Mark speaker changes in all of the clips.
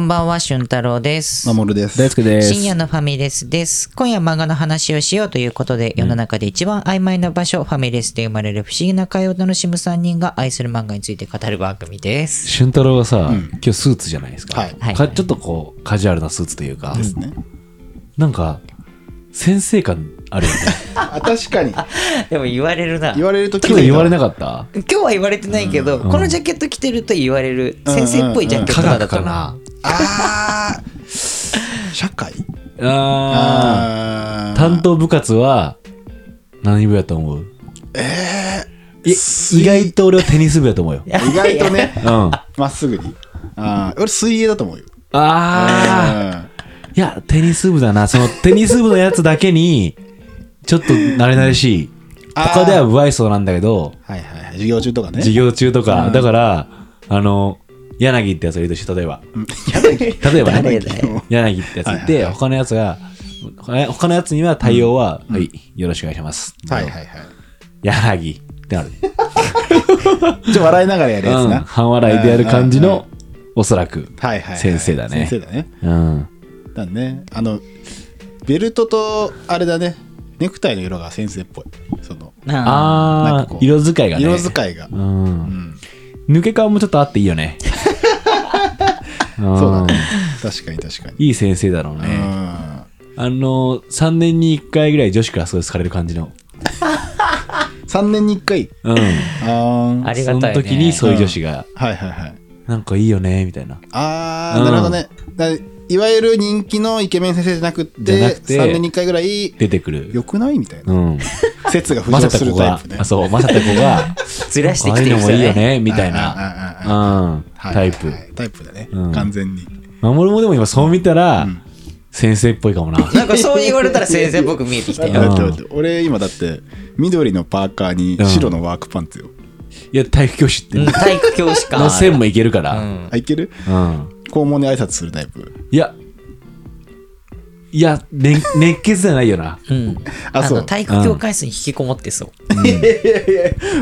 Speaker 1: んばんは、俊太郎です。
Speaker 2: 守です。
Speaker 3: 大輔です。
Speaker 1: 深夜のファミレスです。今夜漫画の話をしようということで、世の中で一番曖昧な場所、ファミレスで生まれる不思議な会を楽しむ3人が愛する漫画について語る番組 です。
Speaker 3: 俊太郎はさ、今日スーツじゃないですか,、
Speaker 2: はい
Speaker 1: はい
Speaker 3: か。ちょっとこう、カジュアルなスーツというか、
Speaker 2: ですね。
Speaker 3: なんか、先生感あるよね。
Speaker 2: あ、確かに。
Speaker 1: でも言われるな。
Speaker 2: 言
Speaker 1: 今
Speaker 2: われると
Speaker 3: ちょっと言われな
Speaker 2: か
Speaker 3: かった
Speaker 1: 日は言われてないけど、
Speaker 3: ん
Speaker 1: このジャケット着てると言われる、
Speaker 2: うん
Speaker 1: 先生っぽいジャケット
Speaker 3: 科
Speaker 1: とか
Speaker 3: 学
Speaker 1: だと
Speaker 3: か
Speaker 1: 思う。
Speaker 3: な
Speaker 2: った。あー社会
Speaker 3: あ
Speaker 2: あー
Speaker 3: ー担当部活は何部やと思うええ
Speaker 2: 水
Speaker 3: 意外と俺はテニス部やと思うよ。
Speaker 2: 意外とね
Speaker 3: う、ん。あ
Speaker 2: まっすぐに。あー俺、水泳だと思うよ。
Speaker 3: あー。いや、テニス部だな。そのテニス部のやつだけに、ちょっと慣れ慣れしい。
Speaker 2: あー
Speaker 3: 他では不愛想なんだけど、
Speaker 2: うんはいはいはい。授業中とかね。
Speaker 3: 授業中とか、
Speaker 2: うん
Speaker 3: だから、あの、柳ってやつがいるとして、例えば。例えば
Speaker 1: 誰
Speaker 3: ね
Speaker 1: だよ、
Speaker 3: 柳ってやつい
Speaker 2: はい
Speaker 3: て、他のやつが、他他のやつには対応は、はい、よろしくお願いします。
Speaker 2: はいはいはい。
Speaker 3: 柳ってなる。
Speaker 2: ちょっと笑いながらやるや
Speaker 3: う
Speaker 2: つ
Speaker 3: ん
Speaker 2: な。
Speaker 3: 半笑いでやる感じ
Speaker 2: うんうん
Speaker 3: の、おそらく、
Speaker 2: はいはいはい。
Speaker 3: 先生だね
Speaker 2: 先生だね。
Speaker 3: うん。
Speaker 2: だね。あの、ベルトと、あれだね。ネクタイの色が先生っぽい。その、
Speaker 1: あ
Speaker 2: なん
Speaker 3: あ
Speaker 2: か
Speaker 3: ー
Speaker 2: こ、う
Speaker 3: 色使いがね。
Speaker 2: 色使いが
Speaker 3: う。。
Speaker 2: うんん。
Speaker 3: 抜け感もちょっとあっていいよね。
Speaker 2: そうだ
Speaker 3: ん
Speaker 2: ね。確かに確かに。
Speaker 3: いい先生だろう
Speaker 2: う
Speaker 3: ね。
Speaker 2: ん。
Speaker 3: あの、3年に1回ぐらい女子からすごい好かれる感じの。
Speaker 2: 3年に1回
Speaker 3: うん。
Speaker 2: あ
Speaker 1: あ
Speaker 2: あ
Speaker 1: りがたいね
Speaker 3: その時にそういう女子が、
Speaker 2: はいはいはい
Speaker 3: なんかいいよね、みたいな。
Speaker 2: あ
Speaker 3: う
Speaker 2: あ
Speaker 3: ん
Speaker 2: なるほどねだいわゆる人気のイケメン先生じゃなくて
Speaker 3: じゃなくて
Speaker 2: 3年に1回ぐらい
Speaker 3: 出てくる。
Speaker 2: よくないみたいな
Speaker 3: うん。
Speaker 2: 説が浮
Speaker 3: ま
Speaker 2: 上
Speaker 3: さ
Speaker 2: す
Speaker 3: た
Speaker 2: る
Speaker 3: 子
Speaker 2: タ
Speaker 3: が
Speaker 2: イプね、
Speaker 3: あそう、まさた 子が、
Speaker 1: ずらしてきて
Speaker 3: ああい
Speaker 1: る
Speaker 3: うの
Speaker 1: 人だ
Speaker 3: もいいよ
Speaker 1: ね。
Speaker 3: ね、みたい
Speaker 2: あああ
Speaker 3: な。うん。
Speaker 2: はい
Speaker 3: タイプ
Speaker 2: はい。はいタイプだね
Speaker 3: うん
Speaker 2: 完全に
Speaker 3: 守もでも今そう見たら、先生っぽいか もな。
Speaker 1: なんかそう言われたら先生っぽく見えてきた
Speaker 2: だって
Speaker 1: よ。
Speaker 2: だってだって俺今だって緑のパーカーに白のワークパンツよ
Speaker 3: いや、体育教師って
Speaker 1: う、ん体育教師感ある。
Speaker 3: の線もいけるか
Speaker 1: う
Speaker 3: ら。
Speaker 1: ん
Speaker 2: あいける
Speaker 3: うん。
Speaker 2: 校門で挨拶するタイプ
Speaker 3: いや、いや、ね熱血じゃないよな。
Speaker 1: うん、
Speaker 2: あ
Speaker 1: あ
Speaker 2: そう
Speaker 1: の体育教会室に引きこもってそ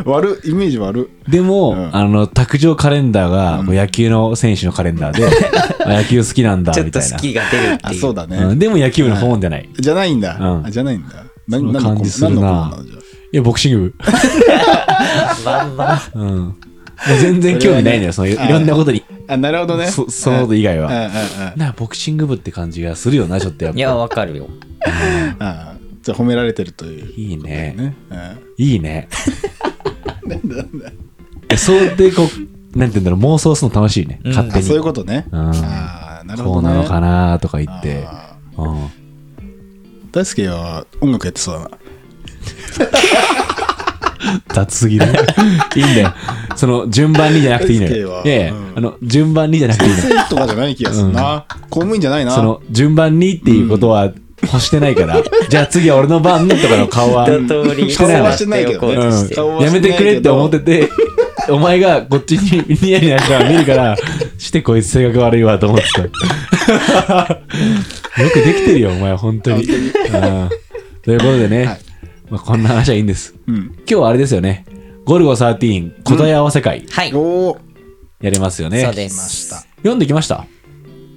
Speaker 1: う。
Speaker 2: 悪いイメージ悪
Speaker 3: でも、
Speaker 2: ん
Speaker 3: あの、卓上カレンダーが、もう野球の選手のカレンダーで、 あ野球好きなんだ、
Speaker 1: ちょっ
Speaker 3: み
Speaker 1: と
Speaker 3: たい
Speaker 1: 好
Speaker 3: な。
Speaker 1: きが出るって
Speaker 2: あ
Speaker 1: いう。
Speaker 2: そうだ
Speaker 3: う
Speaker 2: ね
Speaker 3: んでも野球部の顧問じゃない。
Speaker 2: じゃないんだ
Speaker 3: うん
Speaker 2: あじゃないんだ
Speaker 3: そ
Speaker 2: 何
Speaker 3: の
Speaker 2: 何の
Speaker 3: 感
Speaker 2: 顧問
Speaker 3: じす
Speaker 2: 何の
Speaker 3: る
Speaker 2: 顧
Speaker 3: な
Speaker 2: 問なのじゃあ
Speaker 3: いや、ボクシング
Speaker 1: まんま。
Speaker 3: 部。うん。もう全然興味ないのよ、そ
Speaker 2: そ
Speaker 3: のい
Speaker 2: れはね
Speaker 3: ろんなことに。
Speaker 2: あなるほどね
Speaker 3: そそのこと以外
Speaker 2: うんうんう
Speaker 3: は。
Speaker 2: ん
Speaker 3: なあボクシング部って感じがするよな、ちょっとやっ
Speaker 1: いや、
Speaker 3: ぱ。
Speaker 1: わかるよ。
Speaker 2: ああじゃあ褒められてるという。
Speaker 3: いいね。
Speaker 2: ね。うん
Speaker 3: いいね。そうでこう、なんて言うんだろう、妄想するの楽しいね。
Speaker 1: うん
Speaker 3: 勝手
Speaker 2: あそうい
Speaker 3: に。
Speaker 2: うことね。
Speaker 3: うん
Speaker 2: ああ、なる
Speaker 3: こ
Speaker 2: ほ
Speaker 3: う
Speaker 2: ど
Speaker 3: な
Speaker 2: ね。
Speaker 3: のかなとか言って。
Speaker 2: ああ
Speaker 3: うん
Speaker 2: 大輔は音楽やってそうだな。
Speaker 3: 雑 すぎる。いいんだよ。その、順番にじゃなくていいの
Speaker 2: 大輔
Speaker 3: よ
Speaker 2: は。
Speaker 3: いやいや
Speaker 2: うん
Speaker 3: あの、順番にじゃなくていいの
Speaker 2: 先生とかじゃない気がするな。公務員じゃないな。
Speaker 3: その、順番にっていうことは欲してないから、 じゃあ次は俺の番とかの顔は、
Speaker 1: 一通り、
Speaker 3: してないわ
Speaker 1: してないけどね
Speaker 2: 顔はしてないけど
Speaker 3: うん、やめてくれって思ってて、お前がこっちにニヤニヤしたの見るから、してこいつ性格悪いわと思ってた。よくできてるよ、お前、本当に。うんということでね、
Speaker 2: はい
Speaker 3: まあ、こんな話はいいんです。
Speaker 2: うん。
Speaker 3: 今日はあれですよね、ゴルゴ13答え合わせ会
Speaker 1: はい。そ
Speaker 2: おー
Speaker 3: やりますよね。
Speaker 1: うで
Speaker 2: 来まし
Speaker 1: す。
Speaker 2: た。
Speaker 3: 読んできました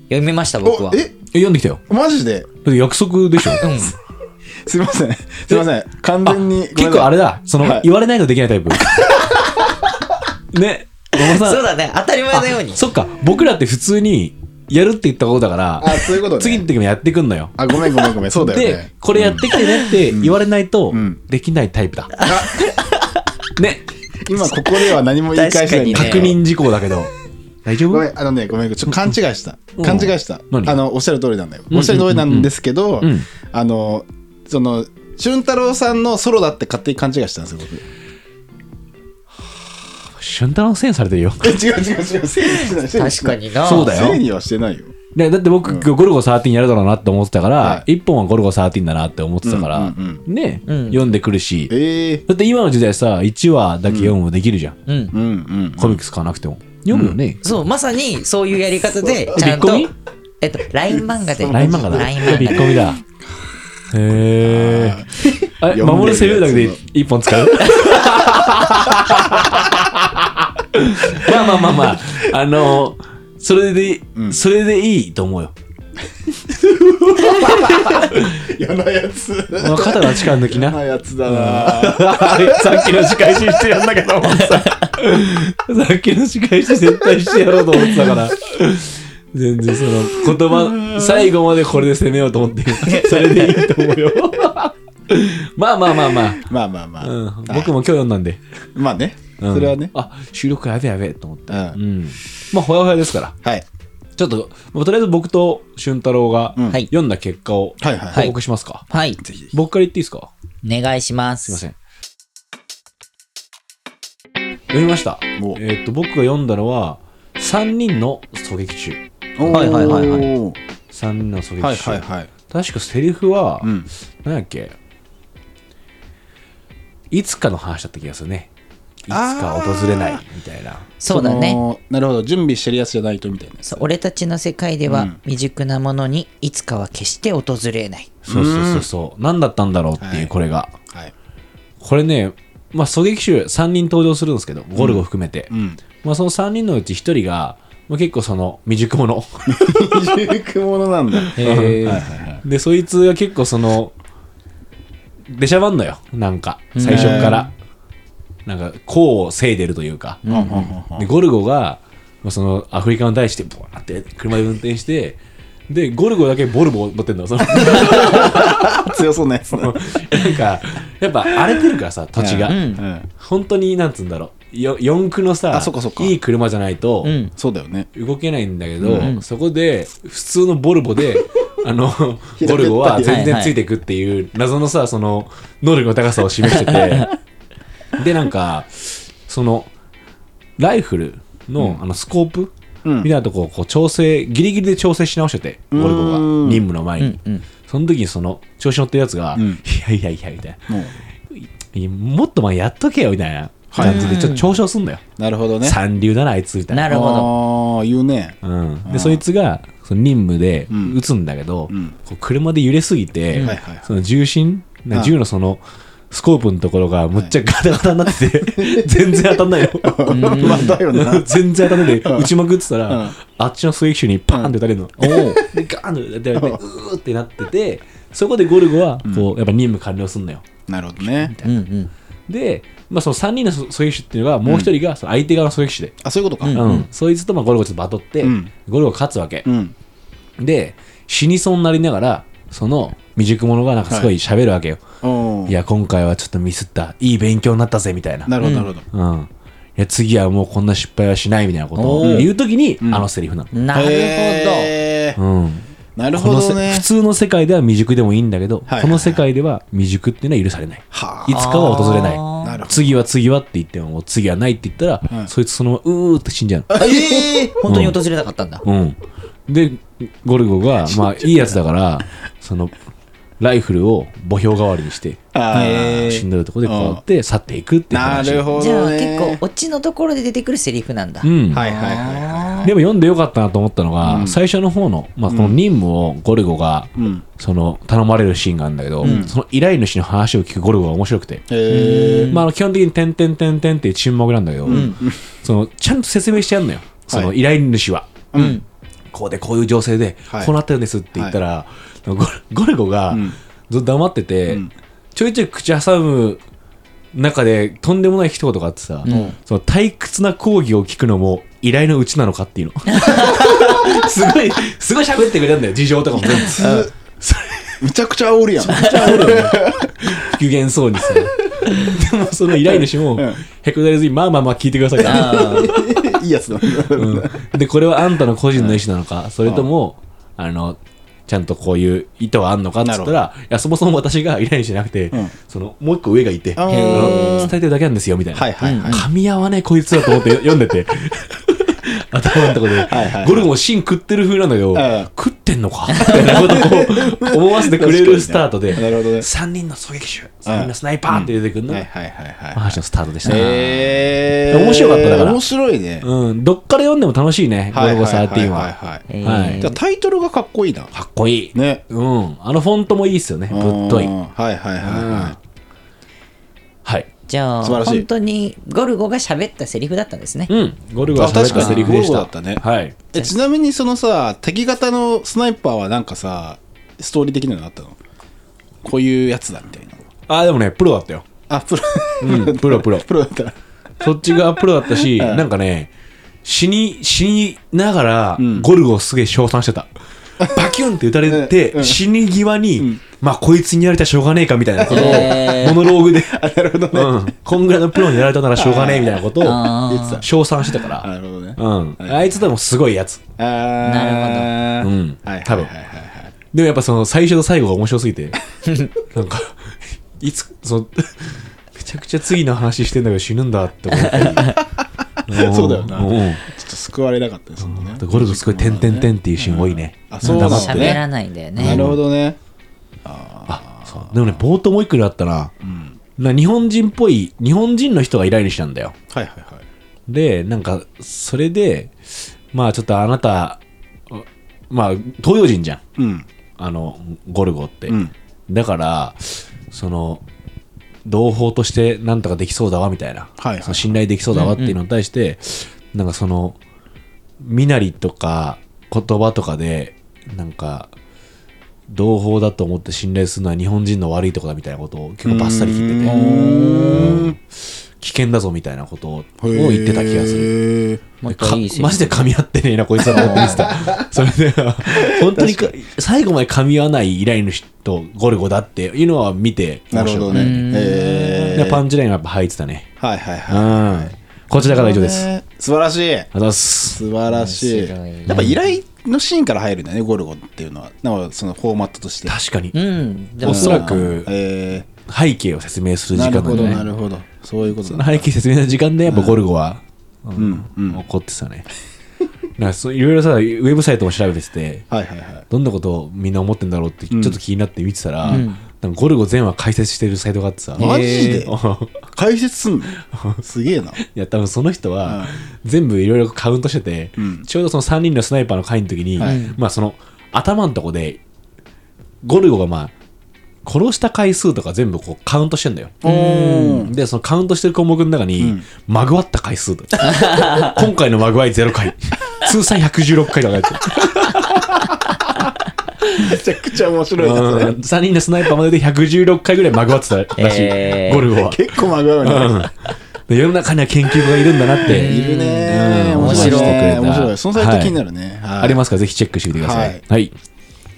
Speaker 1: 読みました、僕は
Speaker 2: お。え
Speaker 3: え読んできたよ。
Speaker 2: マジで
Speaker 3: だって約束でしょ
Speaker 1: うん。
Speaker 2: すいません。すいません。完全に。
Speaker 3: 結構あれ
Speaker 2: だ。
Speaker 3: だ、その、
Speaker 2: はい
Speaker 3: 言われないとできない タイプ。ね、馬場さん
Speaker 1: そうだね。当たり前のように。
Speaker 3: そっか、僕らって普通にやるって言ったことだから、
Speaker 2: あ、そういうことね。
Speaker 3: 次の時もやってくんのよ。
Speaker 2: あ、ごめんごめんごめん。そうだよ
Speaker 3: で
Speaker 2: ね、。
Speaker 3: これやってきてねって言われないと
Speaker 2: うん、
Speaker 3: できないタイプだ。
Speaker 2: あ
Speaker 3: ね、
Speaker 2: 今ここでは何も言い返してないんだけ
Speaker 1: 確
Speaker 3: 確
Speaker 2: ど。
Speaker 3: 認事項だけど。大丈
Speaker 2: ご
Speaker 3: 夫
Speaker 2: めん、あのね、ごめん、ちょっと勘違いした
Speaker 3: う。ん
Speaker 2: 勘違いした。
Speaker 3: 何
Speaker 2: あの、おっしゃる通りなんだよ。
Speaker 3: ん
Speaker 2: おっしゃる通りなんですけど
Speaker 3: うんうんうん、
Speaker 2: あの、その、俊太郎さんのソロだって勝手に勘違いしたんですよ、 僕。
Speaker 3: 俊太郎のせいにされてるよ。
Speaker 2: え違う違う違う、整理してない。整理し
Speaker 1: 確
Speaker 2: てな
Speaker 1: か
Speaker 2: い
Speaker 1: にな。
Speaker 3: そうだよ
Speaker 2: 整理はしてないよ。
Speaker 3: ねだって僕、ゴルゴ13やるだろうなって思ってたか
Speaker 2: は
Speaker 3: ら、一本はゴルゴ13だなって思ってたから
Speaker 2: うんうん、
Speaker 3: ね、
Speaker 1: うん
Speaker 3: 読んでくるし。
Speaker 2: ええ。
Speaker 3: だって今の時代さ、1話だけ読むもできるじゃん。
Speaker 1: うん。
Speaker 2: うんうん。
Speaker 3: コミックス買わなくても。読むよね。
Speaker 1: そう、まさに、そういうやり方で、ちゃんと
Speaker 3: ビッコミ、
Speaker 1: えっと、LINE 漫画で。
Speaker 3: ライン漫画だ。
Speaker 1: LINE 漫
Speaker 3: ビ
Speaker 1: 画
Speaker 3: ッコミだ。へえ。あれ、
Speaker 2: 読んでるやつの
Speaker 3: 守るセリフだけで一本 使うまあまあまあまあ、あの、それで、
Speaker 2: うん
Speaker 3: それでいいと 思うよ。
Speaker 2: 嫌なやつ
Speaker 3: あ肩が力抜き
Speaker 2: 嫌
Speaker 3: な
Speaker 2: な。やつだな
Speaker 3: あれさっきの仕返ししてやんなきゃと思って た。さっきの仕返し絶対してやろうと思って たから。全然その言葉、最後までこれで攻めようと思って、それでいいと 思うよ。まあまあまあま
Speaker 2: まあまあま
Speaker 3: あ、
Speaker 2: あ、
Speaker 3: うん、僕も今日読んだんで、
Speaker 2: まあね、
Speaker 3: うん
Speaker 2: それはね
Speaker 3: あ収録やべやべと思って、
Speaker 2: うん
Speaker 3: うん、まあほやほやですから
Speaker 2: はい
Speaker 3: ちょっと、まあとりあえず僕と俊太郎が
Speaker 2: うん
Speaker 1: はい
Speaker 3: 読んだ結果を
Speaker 2: はいはい
Speaker 3: 報告しますか、
Speaker 1: はい。
Speaker 3: 僕から言っていいですか
Speaker 1: お願いします。
Speaker 3: すいませ
Speaker 1: ん。
Speaker 3: ん。読みました。え
Speaker 2: お
Speaker 3: ーっと、僕が読んだのは、3人の狙撃中。
Speaker 1: はいはいはいはい
Speaker 2: おー
Speaker 3: 3人の狙撃中。
Speaker 2: はいはいはい
Speaker 3: 確かセリフは、
Speaker 2: うん
Speaker 3: 何やっけいつかの話だった気がするね。いつか訪れないみたいな。
Speaker 1: そうだね。
Speaker 2: のなるほど準備してるやつじゃないとみたいな
Speaker 1: そう俺たちの世界で
Speaker 2: う
Speaker 1: は
Speaker 2: ん
Speaker 1: 未熟なものにいつかは決して訪れない。
Speaker 3: そうそうそうそう。何だったんだろうっていう、
Speaker 2: はい
Speaker 3: これが。
Speaker 2: はい
Speaker 3: これね、まあ、狙撃手3人登場するんですけど、ゴルゴ含めて。
Speaker 2: うん
Speaker 3: まあ、その3人のうち1人が、まあ、結構その未熟者。
Speaker 2: 二軸ものなんだ
Speaker 3: えー
Speaker 2: はいはいはい
Speaker 3: でそいつが結構その出しゃばんのよなんか最初から、なんか功をせいでるというか、
Speaker 2: うんうんうん
Speaker 3: でゴルゴがまあそのアフリカに対してボーンって車で運転してでゴルゴだけボルボ乗ってんのそ の
Speaker 2: 強そうなやつだ
Speaker 3: なんかやっぱ荒れてるからさ土地が、
Speaker 1: う。
Speaker 2: うんん
Speaker 3: 本当になんつうんだろうよ四駆のさ
Speaker 2: あそっかそっか
Speaker 3: いい車じゃないと、
Speaker 1: うん。
Speaker 2: そうだよね
Speaker 3: 動けないんだけど、そこで普通のボル ボであの
Speaker 2: 平べったい
Speaker 3: ボルボは全
Speaker 1: はいは
Speaker 3: 然
Speaker 1: い
Speaker 3: ついてくっていう謎のさその能力の高さを示してて でなんかそのライフルの,、あのスコープ、
Speaker 2: うん
Speaker 3: みたいなとこをこう調整ギリギリで調整し直しててボルボが
Speaker 2: うーん
Speaker 3: 任務の前に、
Speaker 1: うんうん
Speaker 3: その時にその調子乗ってるやつが「
Speaker 2: うん
Speaker 3: いやいやいや」みたい
Speaker 2: もう
Speaker 3: な「もっと前やっとけよ」みたいな感じでちょっと嘲笑すんだよ、
Speaker 2: なるほどね
Speaker 3: 三流だなあいつみたいな
Speaker 1: なるほど。
Speaker 2: どああ言うね
Speaker 3: うん、
Speaker 2: あー
Speaker 3: でそいつがその任務で
Speaker 2: うん
Speaker 3: 撃つんだけど、
Speaker 2: うん
Speaker 3: こう車で揺れすぎて、
Speaker 2: はいはいはい
Speaker 3: その重心、な
Speaker 2: うん
Speaker 3: 銃のそのスコープのところがむっちゃガタガタになってて、 全然当たんないの
Speaker 2: まあだよな
Speaker 3: 全然当たんないで撃ちまくってたら、
Speaker 2: うん
Speaker 3: あっちの狙撃手にパーンって撃たれるの、でガーンって撃たれてうーってなっててそこでゴルゴはこう、やっぱ任務完了すんのよ
Speaker 2: なるほどね
Speaker 1: うんうん。
Speaker 3: で、まあ、その3人の狙撃手っていうのがもう1人がその相手側の狙撃手で、
Speaker 2: あそういうこと
Speaker 1: う
Speaker 2: かうんん
Speaker 3: うんそいつとまあゴルゴちょっとバトって、
Speaker 2: うん
Speaker 3: ゴルゴが勝つわけ、
Speaker 2: うん
Speaker 3: で死にそうになりながらその未熟者がなんかすごい喋るわけよ、
Speaker 2: お
Speaker 3: い、
Speaker 2: ー
Speaker 3: や今回はちょっとミスったいい勉強になったぜみたいな
Speaker 2: なるほどなるほど
Speaker 3: うん、いや次はもうこんな失敗はしないみたいなことを
Speaker 1: おー
Speaker 3: 言う時に、
Speaker 2: ん
Speaker 3: あのセリフなの、
Speaker 1: なるほど。
Speaker 2: へー
Speaker 3: うん
Speaker 2: なる
Speaker 3: こ
Speaker 2: ほ
Speaker 3: のせ
Speaker 2: どね
Speaker 3: 普通の世界では未熟でもいいんだけど、
Speaker 2: はい
Speaker 3: この世界では未熟っていうのは許されない
Speaker 2: はい
Speaker 3: つかは訪れな
Speaker 1: あ
Speaker 3: い
Speaker 1: ー
Speaker 2: なるほど
Speaker 3: 次は次はって言ってももう次はないって言ったら、
Speaker 2: うん
Speaker 3: そいつそのままうーって死んじゃうの
Speaker 1: ええ本当に訪れなかったんだ。
Speaker 3: うん、でゴルゴ がまあいいやつだからそのライフルを墓標代わりにして
Speaker 2: あー
Speaker 3: 死んでるとこでこうやって去っていくっていう
Speaker 2: な
Speaker 3: 話
Speaker 2: るほ
Speaker 1: じゃ
Speaker 2: ど
Speaker 1: あ
Speaker 2: ね
Speaker 1: 結構オチのところで出てくるセリフなんだ。
Speaker 3: うん
Speaker 2: はいはいはいは
Speaker 3: でも読んでよかったなと思ったのが、
Speaker 2: うん
Speaker 3: 最初の方の、まあ、この任務をゴルゴが、
Speaker 2: いうん
Speaker 3: その頼まれるシーンがあるんだけど、
Speaker 2: ん
Speaker 3: その依頼主の話を聞くゴルゴが面白くて、
Speaker 2: へえ
Speaker 3: まあ、あの基本的に「てんてんてんてん」っていう沈黙なんだけど、そのちゃんと説明してやるのよその
Speaker 2: は
Speaker 3: 依頼主は。
Speaker 1: うん。
Speaker 3: こうでこういう情勢で
Speaker 2: はい
Speaker 3: こうなってるんですって言ったら、ゴルゴルゴが
Speaker 2: ん
Speaker 3: ずっと黙ってて、
Speaker 2: ん
Speaker 3: ちょいちょい口挟む中でとんでもない一言があってさ、
Speaker 1: ん
Speaker 3: その退屈な講義を聞くのも依頼のうちなのかってい うのすごいすごい喋ってくれたんだよ事情とかも全部
Speaker 2: むちゃくちゃ煽るやん
Speaker 3: 不機嫌そうに さでもその依頼主も
Speaker 2: うん
Speaker 3: へこたれずにまあまあまあ聞いてくださいって
Speaker 1: あー
Speaker 2: いいやつだ
Speaker 3: うんでこれはあんたの個人の意思なのか、それとも、あのちゃんとこういう意図はあんのかって言ったらいやそもそも私が依頼してなくて、
Speaker 2: ん
Speaker 3: そのもう一個上がいて、
Speaker 2: あー
Speaker 3: 伝えてるだけなんですよみたいな、
Speaker 2: はいはいはい
Speaker 3: 噛み合わねえこいつだと思って読ん でて頭のとこで、
Speaker 2: はいはい
Speaker 3: ゴルゴも芯食ってる風なんだけど、
Speaker 2: ん
Speaker 3: 食ってんのかみたいなことを思わせてくれるスタ ートで、
Speaker 2: 確かにねなるほどね
Speaker 3: 3人の狙撃手3人のスナイパーって出てくるの
Speaker 2: は
Speaker 3: が、
Speaker 2: いはいはいはい
Speaker 3: 話のスタートでした、
Speaker 2: へえ
Speaker 3: 面白かっただから
Speaker 2: 面白いね
Speaker 3: うん、どっから読んでも楽しいね、ゴ
Speaker 2: はい
Speaker 3: ル
Speaker 2: はい
Speaker 3: ゴ
Speaker 2: はいはい
Speaker 3: 13は。
Speaker 2: は
Speaker 1: え
Speaker 2: い
Speaker 1: ー
Speaker 3: はい
Speaker 2: じゃあタイトルがかっこいいな
Speaker 3: かっこいい。
Speaker 2: ね
Speaker 3: うん。あのフォントもいいっすよね。ぶっとい。
Speaker 2: うんはいはいはいは
Speaker 3: はい。
Speaker 1: じゃあ
Speaker 2: 素晴らしい
Speaker 1: 本当にゴルゴが喋ったセリフだったんですね、
Speaker 3: うん、ゴルゴは喋ったセリフでし
Speaker 2: あ
Speaker 3: た。
Speaker 2: 確かにゴルゴだった
Speaker 3: はい。
Speaker 2: えちなみにそのさ敵型のスナイパーはなんかさストーリー的なのあったのこういうやつだみたいな
Speaker 3: あ、でもね、プロだったよ。
Speaker 2: あプロ、
Speaker 3: うんプロプロ
Speaker 2: プロだったら
Speaker 3: そっちがプロだったし、
Speaker 2: ん
Speaker 3: なんかね、死に、死にながら
Speaker 2: ん、
Speaker 3: ゴルゴをすげえ称賛してた。バキュンって打たれ
Speaker 2: うんう
Speaker 3: て、
Speaker 2: ん
Speaker 3: 死に際に
Speaker 2: ん、
Speaker 3: まあ、こいつにやられたらしょうがねえかみたい なことを、
Speaker 1: へー
Speaker 3: モノローグで、
Speaker 2: なるほどね、
Speaker 3: うん、こんぐらいのプロにやられたならしょうがねえみたいなこと
Speaker 1: あー言って
Speaker 3: を、称賛してたか
Speaker 2: あ
Speaker 3: ら、
Speaker 2: なるほどね、
Speaker 3: うん。あいつでもすごいやつ。
Speaker 2: あー
Speaker 1: な
Speaker 3: るほどうん
Speaker 2: はいはい
Speaker 3: 多分
Speaker 2: はいはいはい
Speaker 3: でもやっぱその最初と最後が面白す ぎて、なんか、いつ、その、めちゃくちゃ次の話してんだけど死ぬんだって思ったり
Speaker 2: そうだよなん
Speaker 3: ん
Speaker 2: ちょっと救われなかったですもんね
Speaker 3: あとゴルゴすごい「てんてんてん」っていうシーン多いね。
Speaker 2: あそうなんだ
Speaker 3: 黙って
Speaker 1: 喋らないんだよね
Speaker 2: なるほどね
Speaker 3: そうでもね、冒頭もう一個だったら、な日本人っぽい、日本人の人がイライラしたんだよ。
Speaker 2: はいはいはい
Speaker 3: で、なんか、それで、まあちょっとあなた、まあ東洋人じゃん。
Speaker 2: うん
Speaker 3: あの、ゴルゴって。
Speaker 2: うん
Speaker 3: だから、その、同胞としてなんとかできそうだわみたいな、
Speaker 2: はいはい
Speaker 3: その信頼できそうだわっていうのに対して、なんかその、身なりとか言葉とかで、なんか、同胞だと思って信頼するのは日本人の悪いとこだみたいなことを結構バッサリ切ってて、うん危険だぞみたいなことを
Speaker 2: へー
Speaker 3: 言ってた気がする。
Speaker 1: もっといいセリ
Speaker 3: マ
Speaker 1: フ
Speaker 3: ジで噛み合ってねえな、こいつらと思って見てた。それで、 本当にか最後まで噛み合わない依頼主とゴルゴだっていうのは見て、
Speaker 2: なるほどねえ
Speaker 3: でパンチラインはやっぱ入ってたね。
Speaker 2: はいはいはい
Speaker 3: うん。こちらから以上です。ありがと
Speaker 2: 素晴らしいう
Speaker 3: ございます。
Speaker 2: 素晴らしい
Speaker 1: 面白いね
Speaker 2: やっぱ依頼のシーンから入るんだねゴルゴっていうのはなんかそのフォーマットとして
Speaker 3: 確かに
Speaker 1: う。んでも
Speaker 3: おそらく
Speaker 2: え
Speaker 3: 背景を説明す
Speaker 2: ー
Speaker 3: る時
Speaker 2: なる
Speaker 3: 間
Speaker 2: ほ
Speaker 3: な
Speaker 2: ど
Speaker 3: んで
Speaker 2: な
Speaker 3: ね。
Speaker 2: るほどそういうことだ
Speaker 3: 背景説明の時間でやっぱゴルゴは
Speaker 2: うんうんはい
Speaker 3: 怒ってたね。 なんかそういろいろさ、ウェブサイトも調べてて、
Speaker 2: はいはい
Speaker 3: どんなことをみんな思ってんだろうってちょっと気になって見てたら、なんかゴルゴ全話解説してるサイトがあってさ。
Speaker 2: マジで
Speaker 3: えー
Speaker 2: 解説すんのすげえない
Speaker 3: や多分その人は全部いろいろカウントしてて、
Speaker 2: ん
Speaker 3: ちょうどその3人のスナイパーの会の時に、
Speaker 2: はい
Speaker 3: まあその頭のとこでゴルゴがまあ殺した回数とか全部こうカウントしてんだよ。
Speaker 2: うん
Speaker 3: でそのカウントしてる項目の中に、まぐわった回数と 今回のまぐわい0回通算116回とかやってる
Speaker 2: めちゃくちゃ面白いや
Speaker 3: うん3人のスナイパーまでで116回ぐらいまぐわってたらしい、
Speaker 1: えー
Speaker 3: ゴルゴは
Speaker 2: つ。結構まぐわるね
Speaker 3: うんで世の中には研究家がいるんだなって
Speaker 2: いるね
Speaker 3: うん
Speaker 2: 面白
Speaker 3: 思わせてくれ
Speaker 2: い
Speaker 3: た
Speaker 2: 面白いそのサイト気になる
Speaker 3: は
Speaker 2: ね
Speaker 3: いありますすからぜひチェックしてみてください
Speaker 2: はい
Speaker 3: はい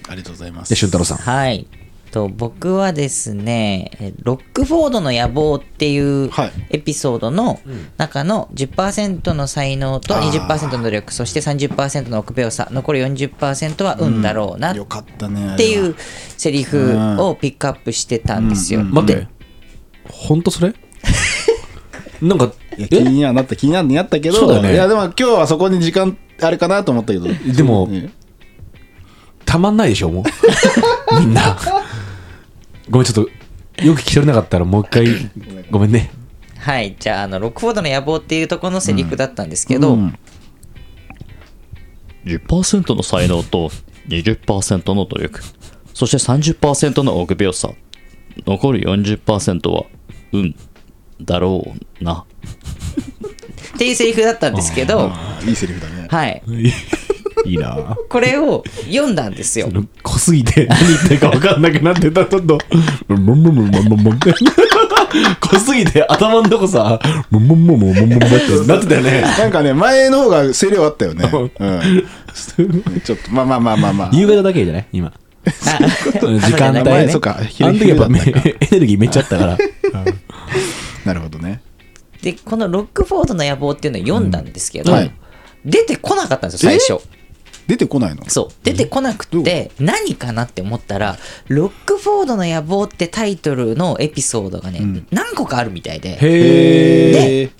Speaker 2: ありがとうございます
Speaker 3: で、俊太郎さん。
Speaker 1: はい。と僕はですね、えロックフォードの野望っていう
Speaker 2: はい
Speaker 1: エピソードの中の10%の才能と
Speaker 2: あー
Speaker 1: 20%の努力、そして30%の臆病さ、残り40%は運だろうなっ
Speaker 2: よかったねあれは
Speaker 1: ていうセリフをピックアップしてたんですよ。
Speaker 3: 待って、ほんとそれ なんか、
Speaker 2: いや気にはなった気にはなったけど
Speaker 3: そうだよね
Speaker 2: いやでも今日はそこに時間あれかなと思ったけど
Speaker 3: でも
Speaker 2: ね
Speaker 3: たまんないでしょ、もう。 みんな。ごめん、ちょっと、よく聞き取れなかったらもう一回、ごめんね。
Speaker 1: はい、じゃああの、ロックフォードの野望っていうところのセリフだったんですけど、
Speaker 2: うん
Speaker 4: 10%の才能と20%の努力そして30%の臆病さ残る40%は運だろうな
Speaker 1: っていうセリフだったんですけど、
Speaker 2: あーいいセリフだね
Speaker 1: はい、
Speaker 3: いいな
Speaker 1: これを読んだん ですよ。
Speaker 3: 濃すぎて何言ってるか分かんなくなってた、ちょっと。もんもんもんもんもんもん濃すぎて頭んとこさ、もんもんもんもんもんもんってなってたよね。
Speaker 2: なんかね前の方が声量あったよ ねうんちょっとまあまあまあまあまあ
Speaker 3: 夕方だけじゃない今。
Speaker 1: あ
Speaker 3: 時間帯
Speaker 1: 後で
Speaker 3: ね。
Speaker 2: そうか
Speaker 3: あの時やっぱめ
Speaker 2: 昼昼だった
Speaker 3: エネルギーめっちゃあったから。
Speaker 2: なるほどね
Speaker 1: でこの「ロックフォードの野望」っていうのを読んだんですけど、
Speaker 2: うんはい
Speaker 1: 出てこなかったんですよ最初
Speaker 2: 出てこないの
Speaker 1: そう出てこなくて何かなって思ったら「ロックフォードの野望」ってタイトルのエピソードがね、何個かあるみたいで
Speaker 3: へー。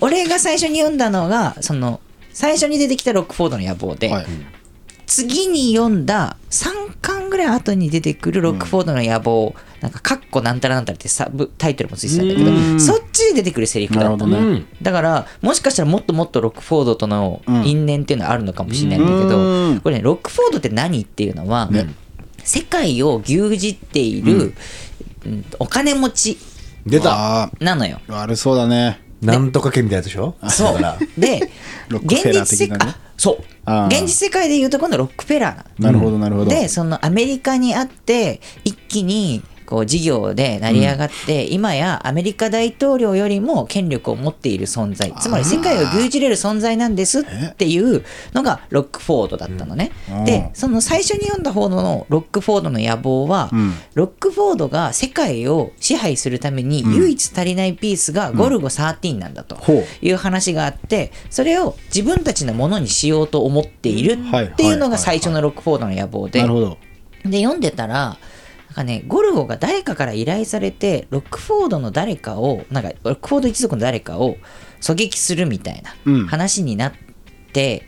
Speaker 1: 俺が最初に読んだのがその最初に出てきた「ロックフォードの野望で」
Speaker 2: はい
Speaker 1: 次に読んだ3巻ぐらい後に出てくる「ロックフォードの野望」なんか「かっこなんたらなんたら」ってサブタイトルもついてたんだけど、
Speaker 3: うん
Speaker 1: そっちに出てくるセリフだったの
Speaker 2: なるほどね
Speaker 3: うん。
Speaker 1: だからもしかしたらもっともっとロックフォードとの因縁っていうのはあるのかもしれないんだけど、
Speaker 2: うん
Speaker 1: これねロックフォードって何っていうのは、
Speaker 2: ね
Speaker 1: 世界を牛耳っている、うんお金持ち
Speaker 3: 出た
Speaker 2: あ
Speaker 1: なのよ。
Speaker 2: ー悪そうだね
Speaker 3: なんとかけみたいなやつでしょ
Speaker 1: そ
Speaker 3: だから
Speaker 1: う。で、
Speaker 2: ロックフ
Speaker 1: 現
Speaker 2: ェ
Speaker 1: 実
Speaker 2: ラー的
Speaker 1: 世
Speaker 2: な
Speaker 1: 界、
Speaker 2: ね
Speaker 1: あそう。
Speaker 2: あー
Speaker 1: 現実世界でいうとこのロックフェラーなの。
Speaker 2: なるほどなるほど
Speaker 1: でそのアメリカにあって一気にこう事業で成り上がって、今やアメリカ大統領よりも権力を持っている存在つまり世界を牛耳れる存在なんですっていうのがロックフォードだったのね、
Speaker 2: うん
Speaker 1: でその最初に読んだ方のロックフォードの野望は、
Speaker 2: うん
Speaker 1: ロックフォードが世界を支配するために唯一足りないピースがゴルゴ13なんだと
Speaker 2: ほう
Speaker 1: いう話があってそれを自分たちのものにしようと思っているっていうのが最初のロックフォードの野望で
Speaker 2: なるほど
Speaker 1: で読んでたらなんかねゴルゴが誰かから依頼されてロックフォードの誰かをなんかロックフォード一族の誰かを狙撃するみたい
Speaker 2: うん
Speaker 1: な話になって、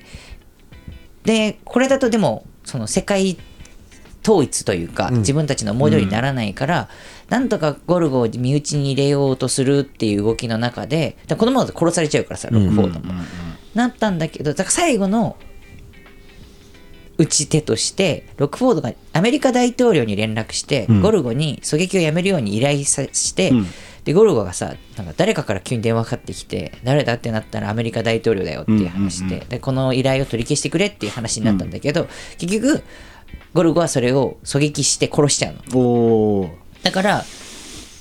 Speaker 1: でこれだとでもその世界統一というか、
Speaker 3: ん
Speaker 1: 自分たちの思い通りにならないから、なんとかゴルゴを身内に入れようとするっていう動きの中でだからこのままだと殺されちゃうからさロックフォードも、なったんだけどだから最後の打ち手としてロックフォードがアメリカ大統領に連絡して、
Speaker 3: ん
Speaker 1: ゴルゴに狙撃をやめるように依頼さして、
Speaker 2: うん
Speaker 1: でゴルゴがさなんか誰かから急に電話かかってきて誰だってなったらアメリカ大統領だよっていう話で,、
Speaker 2: うんうん
Speaker 1: でこの依頼を取り消してくれっていう話になったんだけど、結局ゴルゴはそれを狙撃して殺しちゃうの。
Speaker 2: おお
Speaker 1: だから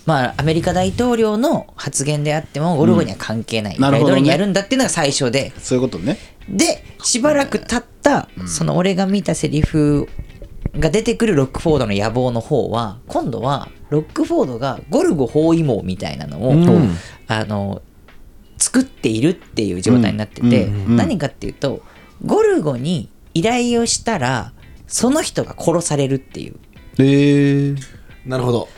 Speaker 1: まあ、アメリカ大統領の発言であってもゴルゴには関係ない、
Speaker 2: うんなる
Speaker 1: 依
Speaker 2: ほど
Speaker 1: 頼
Speaker 2: ね
Speaker 1: 通りにやるんだっていうのが最初で、
Speaker 2: そういうことね
Speaker 1: でしばらく経った、その俺が見たセリフが出てくるロックフォードの野望の方は今度はロックフォードがゴルゴ包囲網みたいなのを、
Speaker 3: うん
Speaker 1: あの作っているっていう状態になってて、
Speaker 2: うんうんうん
Speaker 1: 何かっていうとゴルゴに依頼をしたらその人が殺されるっていう
Speaker 3: えなるほど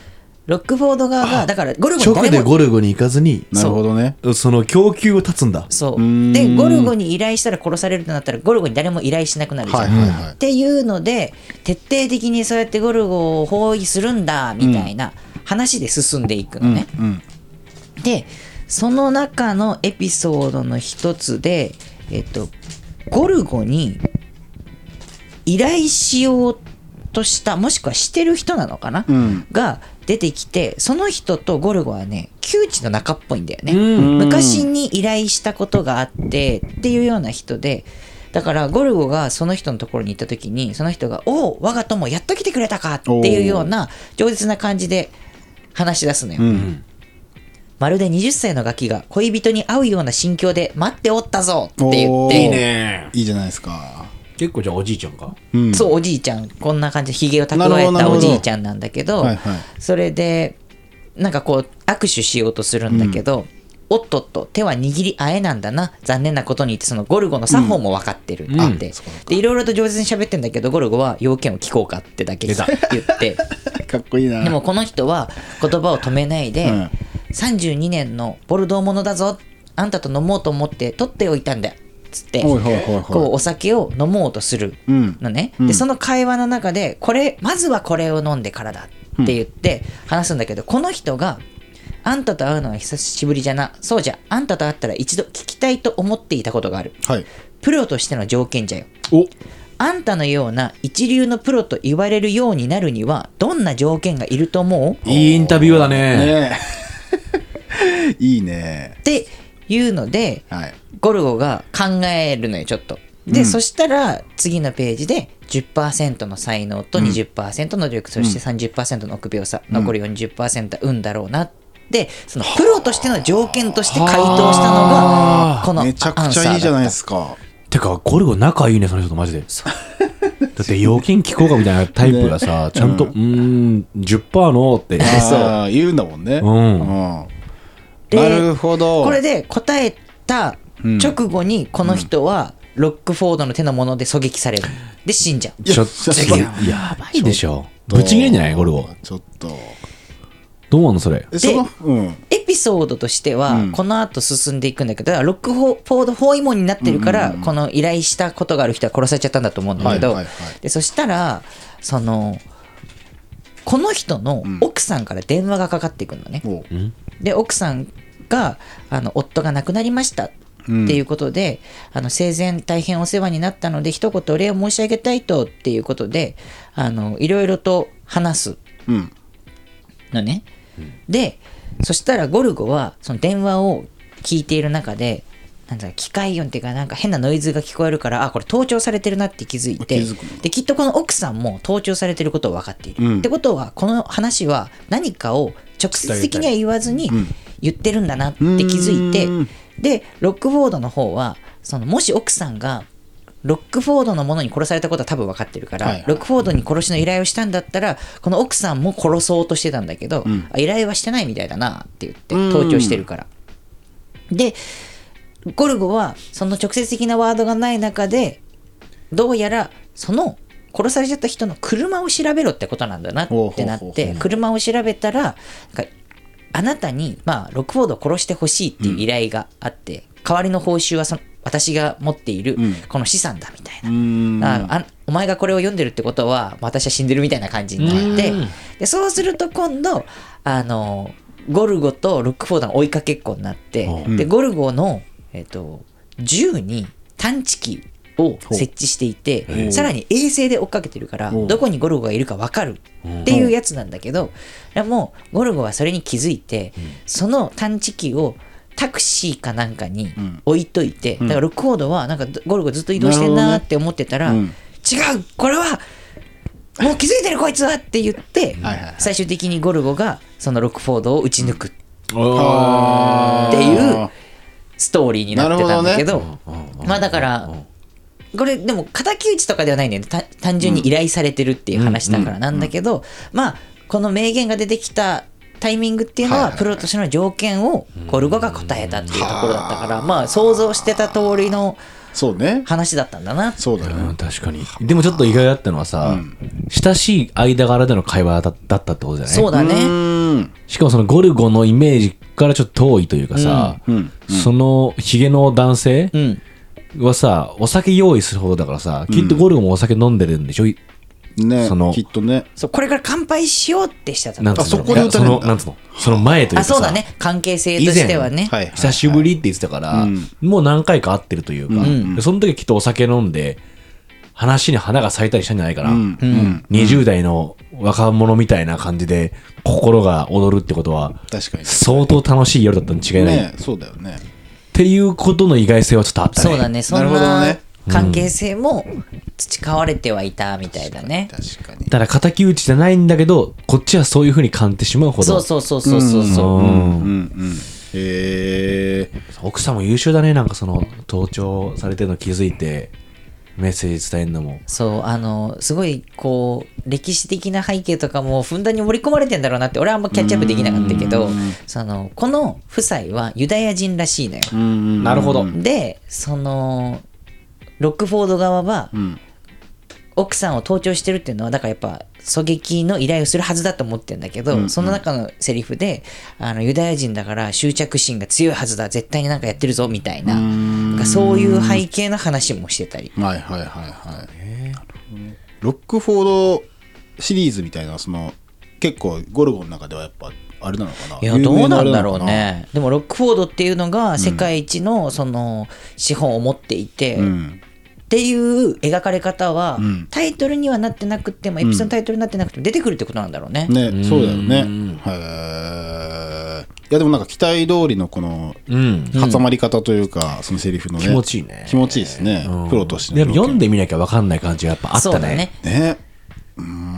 Speaker 1: ロックフォード側がだからゴルゴに
Speaker 3: 直
Speaker 1: 誰
Speaker 3: で
Speaker 1: も
Speaker 3: ゴルゴに行かずに
Speaker 2: なるほどね
Speaker 3: その供給を断つんだ
Speaker 1: そううんでゴルゴに依頼したら殺されるとなったらゴルゴに誰も依頼しなくなるじゃん、
Speaker 2: はいはいはい
Speaker 1: っていうので徹底的にそうやってゴルゴを包囲するんだみたいな話で進んでいくのね、
Speaker 2: うん
Speaker 1: でその中のエピソードの一つで、えっと、ゴルゴに依頼しようとしたもしくはしてる人なのかな、
Speaker 2: うん
Speaker 1: が出てきてその人とゴルゴはね窮地の仲っぽいんだよね、
Speaker 3: うん
Speaker 1: 昔に依頼したことがあってっていうような人でだからゴルゴがその人のところに行った時にその人が「おお我が友やっと来てくれたか」っていうような饒舌な感じで話し出すのよ、
Speaker 2: うん
Speaker 1: まるで20歳のガキが恋人に会うような心境で待っておったぞって言っ
Speaker 2: おー
Speaker 1: て
Speaker 2: いいね
Speaker 3: ね
Speaker 2: いいじゃないですか
Speaker 3: 結構じゃあおじいちゃんか
Speaker 2: うん
Speaker 1: そうおじいちゃんこんな感じでひげを蓄
Speaker 2: なる
Speaker 1: え
Speaker 2: ほどなる
Speaker 1: た
Speaker 2: ほ
Speaker 1: お
Speaker 2: ど
Speaker 1: じいちゃんなんだけど
Speaker 2: はいはい
Speaker 1: それでなんかこう握手しようとするんだけど、おっとっと手は握り合えなんだな残念なことにってそのゴルゴの作法も分かってるって言って、
Speaker 3: う
Speaker 1: でいろいろと上手に喋ってんだけどゴルゴは要件を聞こうかってだけ言って
Speaker 2: かっこいいな
Speaker 1: でもこの人は言葉を止めないで、
Speaker 2: うん
Speaker 1: 32年のボルドーものだぞあんたと飲もうと思って取っておいたんだつって
Speaker 2: ほいほいほいほい
Speaker 1: こうお酒を飲もうとする
Speaker 2: うん
Speaker 1: のね、
Speaker 2: うん
Speaker 1: でその会話の中でこれまずはこれを飲んでからだって言って話すんだけど、この人が「あんたと会うのは久しぶりじゃなそうじゃあんたと会ったら一度聞きたいと思っていたことがある
Speaker 2: はい
Speaker 1: プロとしての条件じゃよ
Speaker 3: お
Speaker 1: あんたのような一流のプロと言われるようになるにはどんな条件がいると思う?」
Speaker 3: いいインタビューだね
Speaker 2: ねえ いいね
Speaker 1: っていうので
Speaker 2: はい
Speaker 1: ゴルゴが考えるのよちょっと。で、
Speaker 2: うん
Speaker 1: そしたら次のページで10%の才能と20%の努力、そして30%の臆病さ、残り40%は運だろうなってそのプロとしての条件として回答したのがこのアン
Speaker 2: めち
Speaker 1: サ
Speaker 2: ゃ
Speaker 1: ーだ
Speaker 2: く
Speaker 1: っ
Speaker 2: ち
Speaker 1: た
Speaker 2: ゃいいじゃないですか
Speaker 3: てかゴルゴ仲いいねその人とマジでだって要件聞こうかみたいなタイプがさちゃん とうーん10%のって
Speaker 2: ああ言うんだもんね
Speaker 3: うん
Speaker 2: うん
Speaker 1: で
Speaker 2: なるほど
Speaker 1: これで答えた直後にこの人はロックフォードの手のもので狙撃されるで死んじゃう
Speaker 3: ちょっ
Speaker 2: ちょっ
Speaker 3: と
Speaker 2: と
Speaker 3: やばいでしょぶち切れんじゃないゴルゴ
Speaker 2: ちょっと
Speaker 3: どうなのそれ
Speaker 2: えそのうん
Speaker 1: エピソードとして
Speaker 2: う
Speaker 1: は
Speaker 2: ん
Speaker 1: この後進んでいくんだけど、だからロックフォード包囲網になってるから、この依頼したことがある人は殺されちゃったんだと思うんだけど、
Speaker 2: はいはいはい
Speaker 1: でそしたらそのこの人の奥さんから電話がかかってくるのね、
Speaker 2: おう
Speaker 1: で奥さんがあの夫が亡くなりましたっていうことで、あの生前大変お世話になったので一言お礼を申し上げたいとっていうことであのいろいろと話す
Speaker 2: うん
Speaker 1: のね、でそしたらゴルゴはその電話を聞いている中でなんだ機械音っていうかなんか変なノイズが聞こえるからあこれ盗聴されてるなって気づいて
Speaker 2: 気づくの
Speaker 1: できっとこの奥さんも盗聴されてることを分かっている、
Speaker 2: うん
Speaker 1: ってことはこの話は何かを直接的には言わずに
Speaker 2: ん
Speaker 1: 言ってるんだなって気づいて、
Speaker 2: うん
Speaker 1: でロックフォードの方はそのもし奥さんがロックフォードのものに殺されたことは多分分かってるから、
Speaker 2: はいはい
Speaker 1: ロックフォードに殺しの依頼をしたんだったらこの奥さんも殺そうとしてたんだけど、あ依頼はしてないみたいだなって言って
Speaker 2: うん
Speaker 1: 盗聴してるから。でゴルゴはその直接的なワードがない中でどうやらその殺されちゃった人の車を調べろってことなんだなってな
Speaker 2: ほうほ
Speaker 1: っ
Speaker 2: うほう
Speaker 1: て
Speaker 2: ほう
Speaker 1: 車を調べたらなんかあなたに、まあ、ロックフォードを殺してほしいっていう依頼があって、代わりの報酬はその私が持っている
Speaker 2: うん
Speaker 1: この資産だみたいな。
Speaker 2: うん
Speaker 1: ああお前がこれを読んでるってことは私は死んでるみたいな感じになって
Speaker 3: うん
Speaker 1: でそうすると今度あのゴルゴとロックフォードの追いかけっこになって、
Speaker 2: うん
Speaker 1: でゴルゴの、えっと銃に探知機を設置していてさらに衛星で追っかけてるから
Speaker 2: ほう
Speaker 1: どこにゴルゴがいるか分かるっていうやつなんだけどでもうゴルゴはそれに気づいてその探知機をタクシーかなんかに
Speaker 2: ん
Speaker 1: 置いといて、だからロックフォードはなんかゴルゴずっと移動してん
Speaker 2: なるほど
Speaker 1: な
Speaker 2: ね
Speaker 1: ーって思ってたら、
Speaker 2: うん
Speaker 1: 違うこれはもう気づいてるこいつはって言って
Speaker 2: はいはいはい
Speaker 1: 最終的にゴルゴがそのロックフォードを打ち抜く
Speaker 3: あ
Speaker 1: っていうストーリーになってたんだけど
Speaker 2: な
Speaker 1: まあだからこれでも敵討ちとかではないんだよねた単純に依頼されてるっていう話だからなんだけど、まあこの名言が出てきたタイミングっていうの
Speaker 2: はい
Speaker 1: は
Speaker 2: はい
Speaker 1: プロとしての条件をゴルゴが答えたっていうところだったからまあ想像してた通りの
Speaker 2: そうね
Speaker 1: 話だったんだなって
Speaker 2: そうだよ
Speaker 3: うん
Speaker 2: ね
Speaker 3: 確かにでもちょっと意外だったのはさ、親しい間柄での会話だだったってことじゃない
Speaker 1: そうだね、
Speaker 2: うん
Speaker 3: しかもそのゴルゴのイメージからちょっと遠いというかさ、
Speaker 2: うんうん
Speaker 3: そのヒゲの男性
Speaker 1: うん、
Speaker 3: はさお酒用意するほどだからさ、きっとゴルゴもお酒飲んでるんでしょ
Speaker 2: ね
Speaker 3: その
Speaker 2: きっとね
Speaker 1: そうこれから乾杯しようってしたと
Speaker 3: なんつうの
Speaker 2: あそこで打たれるんだ
Speaker 3: いやそのなんつうのその前という
Speaker 1: あ
Speaker 3: かさ
Speaker 1: そうだね関係性としてはね、
Speaker 2: はい
Speaker 3: 久しぶりって言ってたから、
Speaker 2: うん
Speaker 3: もう何回か会ってるというか、でその時きっとお酒飲んで話に花が咲いたりしたんじゃないかな、
Speaker 2: うんうん
Speaker 3: 20代の若者みたいな感じで心が踊るってことは
Speaker 2: 確かに
Speaker 3: 相当楽しい夜だったに違いない、
Speaker 2: ねそうだよね
Speaker 3: っていうことの意外性はちょっとあったね
Speaker 1: そうだねそん
Speaker 2: なるほど
Speaker 1: な
Speaker 2: ね
Speaker 1: 関係性も培われてはいたみたいだね、
Speaker 2: 確かに
Speaker 3: ただ敵討ちじゃないんだけどこっちはそういうふうに感じてしまうほど
Speaker 1: そうそうそうそうそうそう、
Speaker 3: うん
Speaker 2: うんうんえー
Speaker 3: 奥さんも優秀だねなんかその盗聴されてるの気づいてメッセージ伝えるのも
Speaker 1: そうあのすごいこう歴史的な背景とかもふんだんに盛り込まれてんだろうなって俺はあんまキャッチアップできなかったけどそのこの夫妻はユダヤ人らしいのよ、
Speaker 2: うんうん
Speaker 3: なるほど
Speaker 1: でそのロックフォード側は、
Speaker 2: ん
Speaker 1: 奥さんを盗聴してるっていうのはだからやっぱ狙撃の依頼をするはずだと思ってるんだけど、その中のセリフであのユダヤ人だから執着心が強いはずだ絶対になんかやってるぞみたいななんかそういう背景の話もしてたり
Speaker 2: はいはいはいはいロックフォードシリーズみたいなその結構ゴルゴの中ではやっぱあれなのかない
Speaker 1: いやどうなんだろうねでもロックフォードっていうのが世界一のその資本を持っていて、
Speaker 2: うん
Speaker 1: っていう描かれ方は、
Speaker 2: ん
Speaker 1: タイトルにはなってなくてもエピソードのタイトルになってなくても出てくるってことなんだろうね。
Speaker 2: ねそうだよねへーいやでもなんか期待通りのこの
Speaker 3: うん
Speaker 2: 固まり方というかそのセリフのね
Speaker 3: 気持ちいいね
Speaker 2: 気持ちいいですねプロとしての
Speaker 3: でも読ん
Speaker 2: で
Speaker 3: でみなきゃ分かんない感じがやっぱあった
Speaker 1: そ
Speaker 3: ね
Speaker 1: うだね
Speaker 2: ね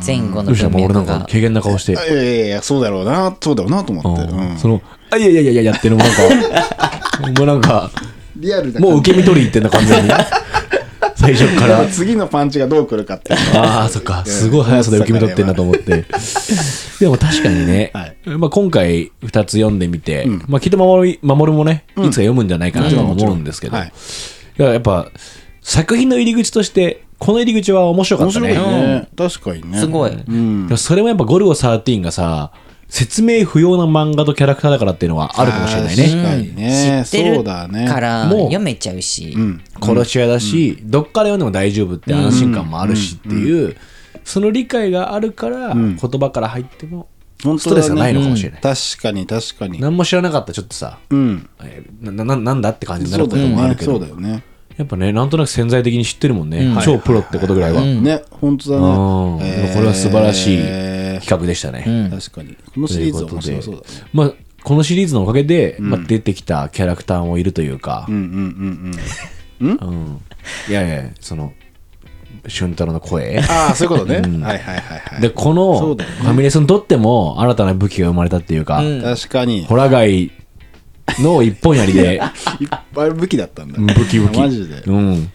Speaker 1: 前後
Speaker 3: ど
Speaker 1: の
Speaker 3: うした
Speaker 1: 文
Speaker 3: もう俺なん
Speaker 1: 脈
Speaker 3: か
Speaker 1: が
Speaker 3: 軽減な顔して
Speaker 2: い、やいやいやそうだろうなそうだろうなと思って
Speaker 3: う
Speaker 2: うんん
Speaker 3: その「あいやいやいやいや」やってるもうなんかもうな んか
Speaker 2: リアルだ
Speaker 3: もう受け身取りいってんな 完全に最初から
Speaker 2: だから次のパンチがどう来るかっていうのは
Speaker 3: ああ、そっか。すごい速さで受け身取ってんだと 思って。でも確かにね、
Speaker 2: はい
Speaker 3: まあ今回2つ読んでみて、まあきっと守り守るもね、いつか読むんじゃないかなとは思うんですけど、
Speaker 2: はい
Speaker 3: いややっぱ作品の入り口として、この入り口は面白かっ
Speaker 2: 面
Speaker 3: た
Speaker 2: 白
Speaker 3: ね。
Speaker 2: いね確かにね
Speaker 1: すごい、
Speaker 2: うん
Speaker 3: でもそれもやっぱゴルゴ13がさ、説明不要な漫画とキャラクターだからっていうのはあるかもしれないね。
Speaker 2: 確かにね。
Speaker 1: 知って
Speaker 2: そ
Speaker 1: る
Speaker 2: うだね。
Speaker 1: から
Speaker 3: もう
Speaker 1: 読めちゃうし、
Speaker 2: うん。
Speaker 3: 殺し屋だし、どっから読んでも大丈夫って安心感もあるしっていう、その理解があるから、言葉から入っても、
Speaker 2: 本
Speaker 3: ストレスがないのかもしれない。
Speaker 2: 確かに確かに。
Speaker 3: 何も知らなかったらちょっとさ、
Speaker 2: うん。
Speaker 3: えーなななんだって感じにな
Speaker 2: そ
Speaker 3: る
Speaker 2: う
Speaker 3: こ
Speaker 2: だ
Speaker 3: と
Speaker 2: よ
Speaker 3: もある
Speaker 2: ね。
Speaker 3: けど、
Speaker 2: そうだよね。
Speaker 3: やっぱねなんとなく潜在的に知ってるもんね、超プロってことぐらいは、
Speaker 2: ね、本当
Speaker 3: うん
Speaker 2: だね。えー
Speaker 3: これは素晴らしい
Speaker 2: え
Speaker 3: 企画でしたね、
Speaker 2: ー確かに。この
Speaker 3: と
Speaker 2: シ
Speaker 3: い
Speaker 2: リ
Speaker 3: う
Speaker 2: ーズ
Speaker 3: こ
Speaker 2: は
Speaker 3: と
Speaker 2: 面白
Speaker 3: で
Speaker 2: そうだね。
Speaker 3: まあこのシリーズのおかげで、
Speaker 2: ん
Speaker 3: まあ、出てきたキャラクターもいるというか
Speaker 2: う、んうんうんうん。ん
Speaker 3: うんいやいやその俊太郎の声
Speaker 2: ああ、そういうことね。
Speaker 3: うん
Speaker 2: はいはいはいはい。
Speaker 3: でこの
Speaker 2: そう
Speaker 3: フ
Speaker 2: だよね
Speaker 3: ァミレスにとっても新たな武器が生まれたっていうか、
Speaker 1: うん
Speaker 2: 確かに。
Speaker 3: ホラ貝の一本 槍で
Speaker 2: いっぱい武器だったんだ。
Speaker 3: うん武器武器
Speaker 2: マジで。
Speaker 3: うん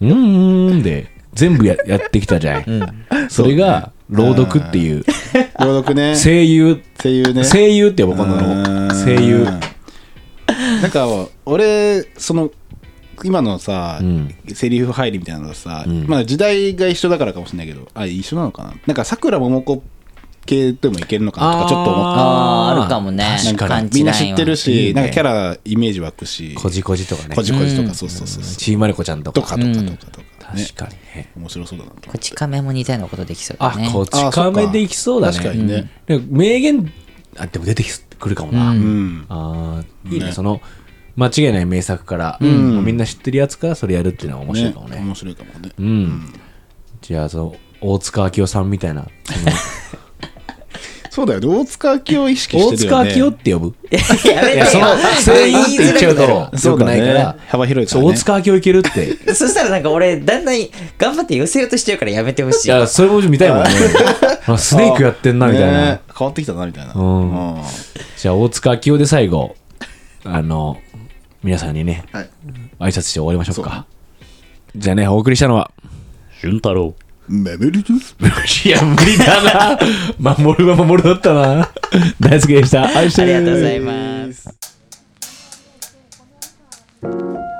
Speaker 3: うんうんで全部ややってきたじゃん、それが朗読っていう
Speaker 2: 朗読ね。
Speaker 3: 声優
Speaker 2: 声優 ね。
Speaker 3: 声優って呼ぼうこんな
Speaker 2: う
Speaker 3: の
Speaker 2: ん
Speaker 3: 声優
Speaker 2: なんか俺その今のさ、
Speaker 3: うん
Speaker 2: セリフ入りみたいなのさ、
Speaker 3: うん
Speaker 2: まあ時代が一緒だからかもしれないけどあ一緒なのかななんかさくらももこ系でもいけるのかなとかちょっと思った
Speaker 1: あーあるかもね
Speaker 2: なんか
Speaker 1: パン
Speaker 2: み
Speaker 1: チ
Speaker 2: んな
Speaker 1: ラ
Speaker 2: 知
Speaker 1: イン
Speaker 2: っ
Speaker 1: は
Speaker 2: てるし
Speaker 3: いいね
Speaker 2: なんかキャライメージ湧くし
Speaker 3: こじこじとかね
Speaker 2: こじこじとか、そうそうそうそう
Speaker 3: ちーまる子ちゃんとか
Speaker 2: とかとかとかとか、ね
Speaker 3: 確かにね
Speaker 2: 面白そうだなと
Speaker 1: こち亀も似たようなことできそうだ
Speaker 3: あ、
Speaker 1: ね
Speaker 3: こっ
Speaker 2: あ
Speaker 3: ち
Speaker 2: そっか
Speaker 3: 亀でいきそうだね。
Speaker 2: 確かにね
Speaker 3: うんでも名言、あ、でも出てくるかもな。
Speaker 1: う
Speaker 2: うんん
Speaker 3: あーいいね、
Speaker 2: ね
Speaker 3: その、間違いない名作から、
Speaker 2: ん
Speaker 3: もうみんな知ってるやつからそれやるっていうのは面白いかもね。
Speaker 2: 面白いかもね
Speaker 3: うん。じゃあ、その、大塚明夫さんみた いな。その
Speaker 2: そうだよね大塚明夫を意識し
Speaker 3: 大
Speaker 2: てるよ
Speaker 3: 塚
Speaker 2: ね
Speaker 3: 明夫って呼ぶ
Speaker 1: やめ
Speaker 3: いや、
Speaker 1: て
Speaker 3: そ
Speaker 1: よ
Speaker 3: の、声優って言っちゃうと、
Speaker 2: そ
Speaker 3: よ
Speaker 2: う
Speaker 3: く
Speaker 2: だ
Speaker 3: な
Speaker 2: ね
Speaker 3: いから、
Speaker 2: 幅広いか
Speaker 3: そ
Speaker 2: ら、
Speaker 3: う
Speaker 2: ね、
Speaker 3: 大塚明夫いけるって。
Speaker 1: そしたらなんか俺だんだん頑張って寄せようとしてるからやめてほし
Speaker 3: い
Speaker 1: い
Speaker 3: や、それも見たいもんね。 あスネークやってんな、みたいな
Speaker 2: ね。変わってきたなみたいな
Speaker 3: うん
Speaker 2: うん
Speaker 3: じゃあ、大塚明夫で最後、あの、皆さんにね、
Speaker 2: はい
Speaker 3: 挨拶して終わりましょうか。じゃあね、お送りしたのは。
Speaker 4: 俊太郎
Speaker 2: メメルです
Speaker 3: いや、無理だな。 守るは守るだったな。大好きでした。愛し
Speaker 1: あ
Speaker 3: て
Speaker 1: り
Speaker 3: る
Speaker 1: がとうございます